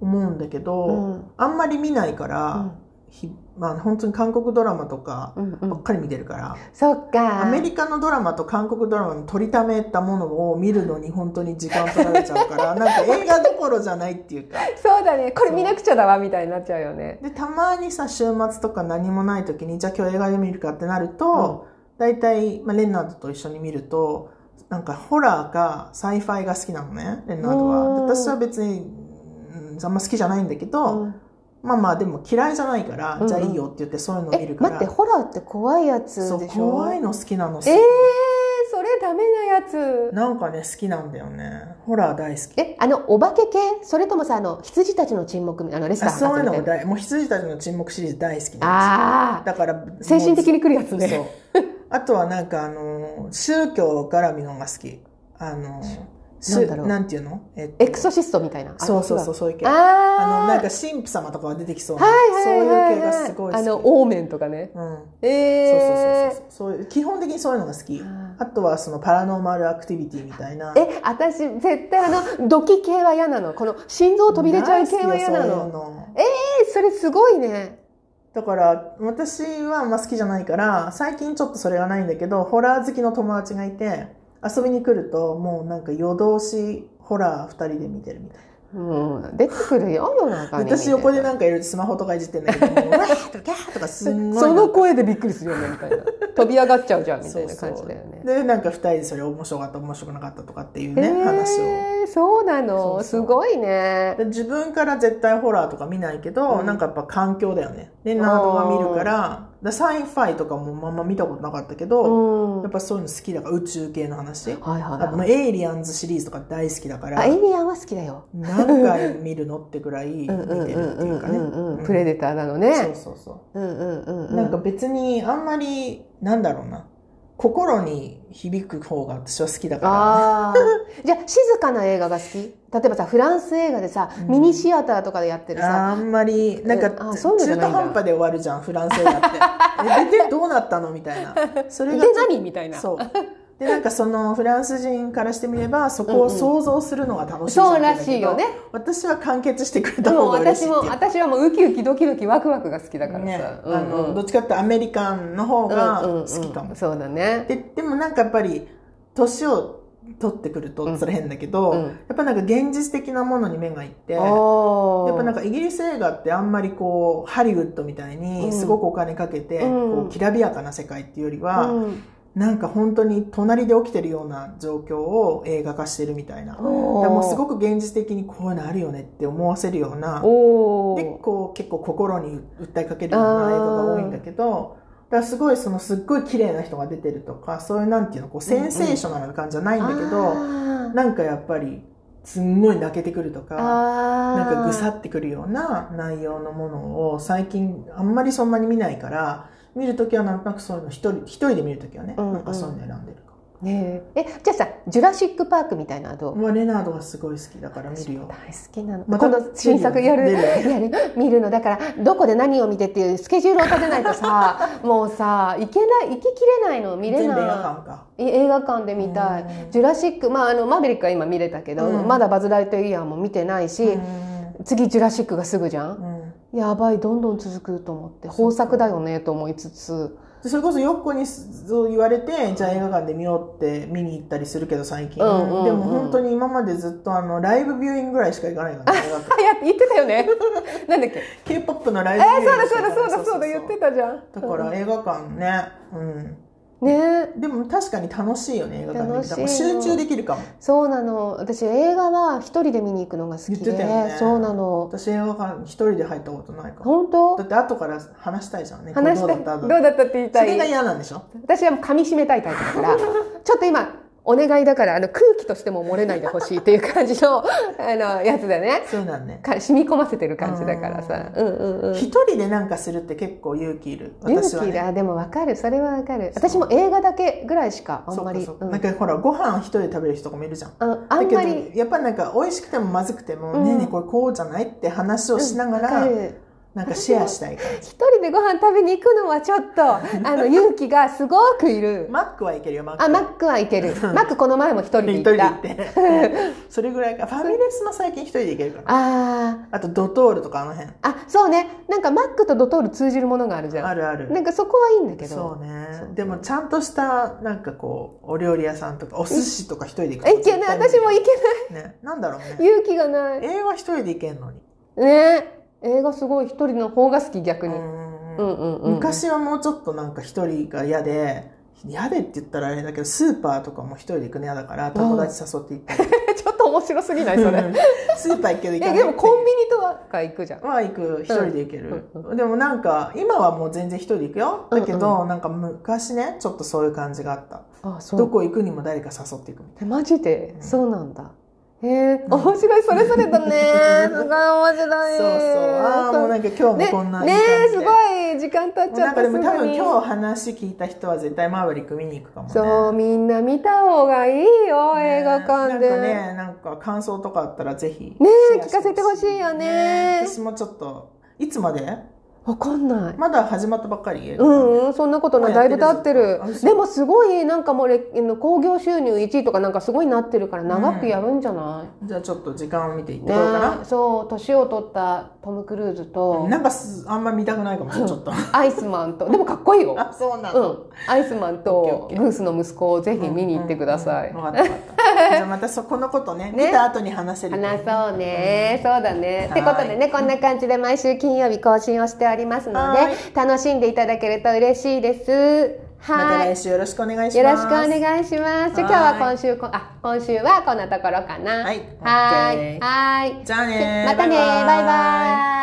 [SPEAKER 2] 思うんだけど、
[SPEAKER 1] うん
[SPEAKER 2] あんまり見ないか
[SPEAKER 1] う
[SPEAKER 2] ら、
[SPEAKER 1] ん
[SPEAKER 2] ひまあ本当に韓国ドラマとか
[SPEAKER 1] うんう
[SPEAKER 2] ばっ
[SPEAKER 1] ん、
[SPEAKER 2] かり見てるから、
[SPEAKER 1] そっか
[SPEAKER 2] アメリカのドラマと韓国ドラマに取りためたものを見るのに 本当に時間取られちゃ うからなんか映画どころじゃないっていうか
[SPEAKER 1] そうだねこれ見なくちゃだわみたいになっちゃうよね
[SPEAKER 2] でたまにさ週末とか何もない時にじゃあ今日映画で見るかってなると、大体、まあ、レンナードと一緒に見るとなんかホラーかサイファイが好きなのね、レナードは。
[SPEAKER 1] うん
[SPEAKER 2] で私は別に、うんあんま好きじゃないんだけど、
[SPEAKER 1] うん
[SPEAKER 2] まあまあでも嫌いじゃないから、
[SPEAKER 1] うんうん
[SPEAKER 2] じゃあいいよって言ってそういうのを見
[SPEAKER 1] え
[SPEAKER 2] るか
[SPEAKER 1] 待っ
[SPEAKER 2] ら。
[SPEAKER 1] てホラーって怖いやつ
[SPEAKER 2] そう、
[SPEAKER 1] でしょ
[SPEAKER 2] 怖いの好きなの。
[SPEAKER 1] えー、それダメなやつ
[SPEAKER 2] なんかね、好きなんだよね。ホラー大好き。
[SPEAKER 1] えあのお化け系それともさあの羊たちの沈黙あのレスト
[SPEAKER 2] あ
[SPEAKER 1] ラン
[SPEAKER 2] そういうの
[SPEAKER 1] あ
[SPEAKER 2] も大、もう羊たちの沈黙シリーズ大好きなんです
[SPEAKER 1] あー
[SPEAKER 2] だから、
[SPEAKER 1] 精神的
[SPEAKER 2] に
[SPEAKER 1] に来るやつ
[SPEAKER 2] そ
[SPEAKER 1] ね
[SPEAKER 2] う。 あとはなんかあの、宗教絡みのが好き。あの、す
[SPEAKER 1] なんだろう
[SPEAKER 2] なんていうのえっと
[SPEAKER 1] エクソシストみたいな
[SPEAKER 2] そうそうそう、
[SPEAKER 1] う
[SPEAKER 2] そういう系。
[SPEAKER 1] あ
[SPEAKER 2] あの、なん
[SPEAKER 1] か
[SPEAKER 2] か神父様とかが出てきそうな、
[SPEAKER 1] はいはいはい、はい、
[SPEAKER 2] そういう系がすごい好
[SPEAKER 1] あ
[SPEAKER 2] き。
[SPEAKER 1] のオーメンとかね
[SPEAKER 2] うん。
[SPEAKER 1] え
[SPEAKER 2] そう
[SPEAKER 1] え
[SPEAKER 2] そうそうそうそういう。基本的にそういうのが好き
[SPEAKER 1] あ。
[SPEAKER 2] あとはそのパラノーマルアクティビティみたいな。
[SPEAKER 1] え私絶対あのドキ系は嫌なのこの心臓飛び出ちゃう系は嫌な
[SPEAKER 2] 大好きよそういう
[SPEAKER 1] のえそれすごいね
[SPEAKER 2] だから私はあんま好きじゃないから最近ちょっとそれがないんだけどホラー好きの友達がいて遊びに来るともうなんか夜通しホラー2人で見てるみたい
[SPEAKER 1] うん出てくるよ世の中に
[SPEAKER 2] な私横で
[SPEAKER 1] みたい
[SPEAKER 2] なんかいろいろスマホとかいじってんだ けどもうわーとかーとかすんごい
[SPEAKER 1] そ
[SPEAKER 2] な
[SPEAKER 1] の
[SPEAKER 2] んか
[SPEAKER 1] 声でびっくりするよねみたいな 飛び上がっちゃうじゃんみた
[SPEAKER 2] そ
[SPEAKER 1] いうな
[SPEAKER 2] そ
[SPEAKER 1] 感じ
[SPEAKER 2] う
[SPEAKER 1] だよね
[SPEAKER 2] でなんか2人でそれ面白かった面白くなかったとかっていう
[SPEAKER 1] え
[SPEAKER 2] ね話を
[SPEAKER 1] ー、そうなの
[SPEAKER 2] そうそう
[SPEAKER 1] すごいね
[SPEAKER 2] で自分から絶対ホラーとか見ないけど、
[SPEAKER 1] うん
[SPEAKER 2] なんかやっぱ環境だよねでナードが見るからだサイファイとかもまんま見たことなかったけ
[SPEAKER 1] う
[SPEAKER 2] ど、
[SPEAKER 1] ん
[SPEAKER 2] やっぱそういうの好きだから宇宙系の話、
[SPEAKER 1] はいはい
[SPEAKER 2] あの
[SPEAKER 1] はい
[SPEAKER 2] エイリアンズシリーズとか大好きだか
[SPEAKER 1] あ
[SPEAKER 2] ら
[SPEAKER 1] エイリアンは好きだよ
[SPEAKER 2] 何回見るのってぐらい見て
[SPEAKER 1] うんうんう
[SPEAKER 2] る
[SPEAKER 1] ん
[SPEAKER 2] って
[SPEAKER 1] う
[SPEAKER 2] い
[SPEAKER 1] ん
[SPEAKER 2] うかね
[SPEAKER 1] うん
[SPEAKER 2] う
[SPEAKER 1] うんんプレデターなの
[SPEAKER 2] そう
[SPEAKER 1] ね
[SPEAKER 2] そうそう
[SPEAKER 1] うんうんうんう
[SPEAKER 2] なんか別にあんまりなんだろうな心に響く方が私は好きだか
[SPEAKER 1] ああ じゃあ静かな映画が好き例えばさフランス映画でさ、
[SPEAKER 2] うん
[SPEAKER 1] ミニシアターとかでやってる
[SPEAKER 2] ら
[SPEAKER 1] さ
[SPEAKER 2] あんまりなんか
[SPEAKER 1] あ
[SPEAKER 2] 中
[SPEAKER 1] そういうのじゃ
[SPEAKER 2] 途
[SPEAKER 1] ないんだ
[SPEAKER 2] 半端で終わるじゃんフランス映画 ってえででどうなったのみたいなそ
[SPEAKER 1] で
[SPEAKER 2] れがちょっと
[SPEAKER 1] 何みたいな
[SPEAKER 2] そうでなんかそのフランス人からしてみればそこを想像するのが楽しいじゃん
[SPEAKER 1] そうらしいよね
[SPEAKER 2] 私は完結してくれ
[SPEAKER 1] で
[SPEAKER 2] た
[SPEAKER 1] も
[SPEAKER 2] 方が嬉し
[SPEAKER 1] 私
[SPEAKER 2] いって
[SPEAKER 1] も
[SPEAKER 2] いう
[SPEAKER 1] 私はもうウキウキドキドキワクワクが好きだからさ、
[SPEAKER 2] ね、
[SPEAKER 1] うん
[SPEAKER 2] あのどっちかっていうとアメリカンの方が好きか
[SPEAKER 1] うん
[SPEAKER 2] も、
[SPEAKER 1] うんうんそうだね
[SPEAKER 2] ででもなんかやっぱり年を取ってくるとそれ変だけど、
[SPEAKER 1] うん
[SPEAKER 2] やっぱなんか現実的なものに目がいってやっ
[SPEAKER 1] おー
[SPEAKER 2] ぱなんかイギリス映画ってあんまりこうハリウッドみたいうに
[SPEAKER 1] ん
[SPEAKER 2] すごくお金かけて、
[SPEAKER 1] うん
[SPEAKER 2] こうきらびやかな世界っていうよりは、
[SPEAKER 1] うん
[SPEAKER 2] なんか本当に隣で起きてるような状況を映画化してるみたいな、
[SPEAKER 1] おー
[SPEAKER 2] でもうすごく現実的にこういうのあるよねって思わせるような
[SPEAKER 1] お
[SPEAKER 2] で
[SPEAKER 1] お
[SPEAKER 2] こう結構心に訴えかけるような映画が多いんだけどだからすごいそのすっごい綺麗な人が出てるとかそういうなんていうのこうセンセーショナルな感じじゃないんだけど、なんかやっぱりすんごい泣けてくるとか
[SPEAKER 1] な
[SPEAKER 2] なんかぐさってくるような内容のものを最近あんまりそんなに見ないから見るときはなんとなくそういうの一人一人で見るときはね、
[SPEAKER 1] うんうん
[SPEAKER 2] なんかそういうの選んでるか
[SPEAKER 1] ねええじゃあさ「ジュラシック・パーク」みたいなのはどう
[SPEAKER 2] もうレナードがすごい好きだから見るよ
[SPEAKER 1] 大好きなの、
[SPEAKER 2] また
[SPEAKER 1] 今度新作やる
[SPEAKER 2] 出るよ
[SPEAKER 1] やる 見るのだからどこで何を見てっていうスケジュールを立てないと さもうさ行けない行ききれないの見
[SPEAKER 2] 全
[SPEAKER 1] れ
[SPEAKER 2] 部
[SPEAKER 1] な
[SPEAKER 2] 映
[SPEAKER 1] い
[SPEAKER 2] 画館か
[SPEAKER 1] え映画館で見たい
[SPEAKER 2] うん
[SPEAKER 1] ジュラシック、まあ、あのマーベリックは今見れたけど、
[SPEAKER 2] うん
[SPEAKER 1] まだバズ・ライトイヤーも見てないし、
[SPEAKER 2] う
[SPEAKER 1] 次ジュラシックがすぐじゃん、
[SPEAKER 2] んうん
[SPEAKER 1] やばいどんどん続くと思って豊作だよねと思いつ つ
[SPEAKER 2] でそれこそよっこにそう言われてじゃあ映画館で見ようって見に行ったりするけど最近、
[SPEAKER 1] うんうんうん
[SPEAKER 2] でも本当に今までずっとあのライブビューイングぐらいしか行かないから、ね、映画 館
[SPEAKER 1] あや言ってたよねなんだっけ
[SPEAKER 2] k p o p のラ
[SPEAKER 1] え
[SPEAKER 2] イブビューイ
[SPEAKER 1] ー、
[SPEAKER 2] ン
[SPEAKER 1] そう
[SPEAKER 2] グ
[SPEAKER 1] だ
[SPEAKER 2] し
[SPEAKER 1] そ
[SPEAKER 2] か
[SPEAKER 1] うだ
[SPEAKER 2] 行
[SPEAKER 1] そう
[SPEAKER 2] かない
[SPEAKER 1] だそうだ言って
[SPEAKER 2] そう
[SPEAKER 1] たじゃん
[SPEAKER 2] だから映画館ねうん
[SPEAKER 1] ね
[SPEAKER 2] でも確かに楽しいよね映画館で見たら
[SPEAKER 1] 楽しいの
[SPEAKER 2] 集中できるかも
[SPEAKER 1] そうなの私映画は一人で見に行くのが好き
[SPEAKER 2] 言
[SPEAKER 1] で、
[SPEAKER 2] ってたよね
[SPEAKER 1] そうなの
[SPEAKER 2] 私映画館一人で入ったことないから
[SPEAKER 1] 本当
[SPEAKER 2] だって後から話したいじゃんね
[SPEAKER 1] 話したい
[SPEAKER 2] こ
[SPEAKER 1] ど
[SPEAKER 2] う
[SPEAKER 1] う
[SPEAKER 2] どうだ
[SPEAKER 1] だっ
[SPEAKER 2] ったどうだっ
[SPEAKER 1] たって言い
[SPEAKER 2] た
[SPEAKER 1] た
[SPEAKER 2] それが
[SPEAKER 1] い
[SPEAKER 2] 嫌なんでしょ
[SPEAKER 1] 私はもう噛み締めたいタイプだから ちょっと今お願いだからあの空気としても漏れないでほしいっていう感じ のあのやつだね
[SPEAKER 2] そうなんね
[SPEAKER 1] か染み込ませてる感じだからさうんうんうん
[SPEAKER 2] 一人でなんかするって結構勇気いる私は、
[SPEAKER 1] 勇
[SPEAKER 2] ね、
[SPEAKER 1] 気だ、でも分かるそれは分かる私も映画だけぐらいしかあん
[SPEAKER 2] そう
[SPEAKER 1] ま
[SPEAKER 2] か
[SPEAKER 1] り
[SPEAKER 2] そう
[SPEAKER 1] う
[SPEAKER 2] か
[SPEAKER 1] ん
[SPEAKER 2] なんかほらご飯一人で食べる人とかもいるじゃん
[SPEAKER 1] ああんま
[SPEAKER 2] だ
[SPEAKER 1] り
[SPEAKER 2] けどやっぱりなんか美味しくてもまずくても、
[SPEAKER 1] うん
[SPEAKER 2] ねえねえこれこうじゃないって話をしながら、
[SPEAKER 1] うん分かる
[SPEAKER 2] なんかシェアしたいから
[SPEAKER 1] 一人でご飯食べに行くのはちょっと あの勇気がすごくいる
[SPEAKER 2] マックはいけるよマック
[SPEAKER 1] あマックはいけるマックこの前も一人で
[SPEAKER 2] 一
[SPEAKER 1] 行っ
[SPEAKER 2] 人で
[SPEAKER 1] た
[SPEAKER 2] 行って それぐらいかファミレスも最近一人で行けるから
[SPEAKER 1] あー
[SPEAKER 2] あとドトールとかあの辺
[SPEAKER 1] あそうねなんかマックとドトール通じるものがあるじゃ
[SPEAKER 2] あ
[SPEAKER 1] ん
[SPEAKER 2] るある
[SPEAKER 1] なんかそこはいいんだけ
[SPEAKER 2] そう
[SPEAKER 1] ど
[SPEAKER 2] ね
[SPEAKER 1] そう
[SPEAKER 2] でもちゃんとしたなんかこうお料理屋さんとかお寿司とか一人で行く
[SPEAKER 1] えいけない私もいけ
[SPEAKER 2] ない、ね、なんだろう
[SPEAKER 1] な
[SPEAKER 2] ね
[SPEAKER 1] い勇気がない
[SPEAKER 2] 映画一人で行けんのに
[SPEAKER 1] ね映画すごい一人の方が好き逆
[SPEAKER 2] う
[SPEAKER 1] に
[SPEAKER 2] んうんうん
[SPEAKER 1] うんうんうん
[SPEAKER 2] 昔はもうちょっとなんか一人が嫌で嫌でって言ったらあれだけど、スーパーとかも一人で行くの嫌だから、友達誘って行ったり
[SPEAKER 1] ちょっと面白すぎないそれ
[SPEAKER 2] スーパー行くけど行か
[SPEAKER 1] え
[SPEAKER 2] ない
[SPEAKER 1] でもコンビニとか行くじゃん
[SPEAKER 2] は行く一人で行ける、
[SPEAKER 1] うん
[SPEAKER 2] でもなんか今はもう全然一人で行くよだけど、
[SPEAKER 1] う
[SPEAKER 2] なんか昔ねちょっとそういう感じがあった
[SPEAKER 1] あそ
[SPEAKER 2] ど
[SPEAKER 1] う
[SPEAKER 2] こ行くにも誰か誘っていくみ
[SPEAKER 1] え
[SPEAKER 2] たい
[SPEAKER 1] マジで、
[SPEAKER 2] うん
[SPEAKER 1] そうなんだへえ面白いそれぞれだねすごい面白い
[SPEAKER 2] なそうそうああもうなんか今日もこんな
[SPEAKER 1] ねねえすご
[SPEAKER 2] い
[SPEAKER 1] い時間経っちゃ
[SPEAKER 2] な
[SPEAKER 1] っ
[SPEAKER 2] ん
[SPEAKER 1] た
[SPEAKER 2] か
[SPEAKER 1] すぐ
[SPEAKER 2] でも
[SPEAKER 1] に
[SPEAKER 2] 多分今日話聞いた人は絶対マーヴェリック見に行くかもね
[SPEAKER 1] そうみんな見た方がいいよ、
[SPEAKER 2] ね
[SPEAKER 1] 映画館で
[SPEAKER 2] なんかねなんか感想とかあったらぜひ
[SPEAKER 1] ねえ
[SPEAKER 2] シェア
[SPEAKER 1] 聞
[SPEAKER 2] し
[SPEAKER 1] かせてほしいよね
[SPEAKER 2] 私もちょっといつまで
[SPEAKER 1] わかんない
[SPEAKER 2] まだ始まったばっかり映
[SPEAKER 1] う
[SPEAKER 2] 画館
[SPEAKER 1] んうん、そんなことない。だいぶ経ってる
[SPEAKER 2] あ。そう
[SPEAKER 1] でもすごい、なんかもうれ、あの興行収入1位とかなんかすごいなってるから、長くやるんじゃな
[SPEAKER 2] じゃあちょっと時間を見ていっ
[SPEAKER 1] い、
[SPEAKER 2] てこようかな、
[SPEAKER 1] ねえそう、年を取ったトム・クルーズと、
[SPEAKER 2] なんかすあんま見たくないかもしれない、ちょっと。
[SPEAKER 1] アイスマンと、でもかっこいいよ。
[SPEAKER 2] あ、そうな
[SPEAKER 1] う
[SPEAKER 2] の。
[SPEAKER 1] ん。アイスマン
[SPEAKER 2] オッケーオ
[SPEAKER 1] と
[SPEAKER 2] ッケー
[SPEAKER 1] グースの息子をぜひ見に行ってください。
[SPEAKER 2] わ、かったわかった。じゃあまたそこのことね、
[SPEAKER 1] ね
[SPEAKER 2] 見た後に話せる。
[SPEAKER 3] 話そうね、そうだね。ってことで
[SPEAKER 2] は
[SPEAKER 3] ね、こんな感じで毎週金曜日更新をしておりますの
[SPEAKER 2] はい
[SPEAKER 3] で、楽しんでいただけると嬉しいです。
[SPEAKER 2] また
[SPEAKER 3] はい
[SPEAKER 2] 来。週よろしくお願いします。
[SPEAKER 3] よろしくお願いします。じゃあ今日は今週こ、あ、今週はこんなところかな。
[SPEAKER 2] はい
[SPEAKER 3] はーい。
[SPEAKER 2] OK
[SPEAKER 3] はーい。
[SPEAKER 2] じゃあね
[SPEAKER 3] またね、バイバイ。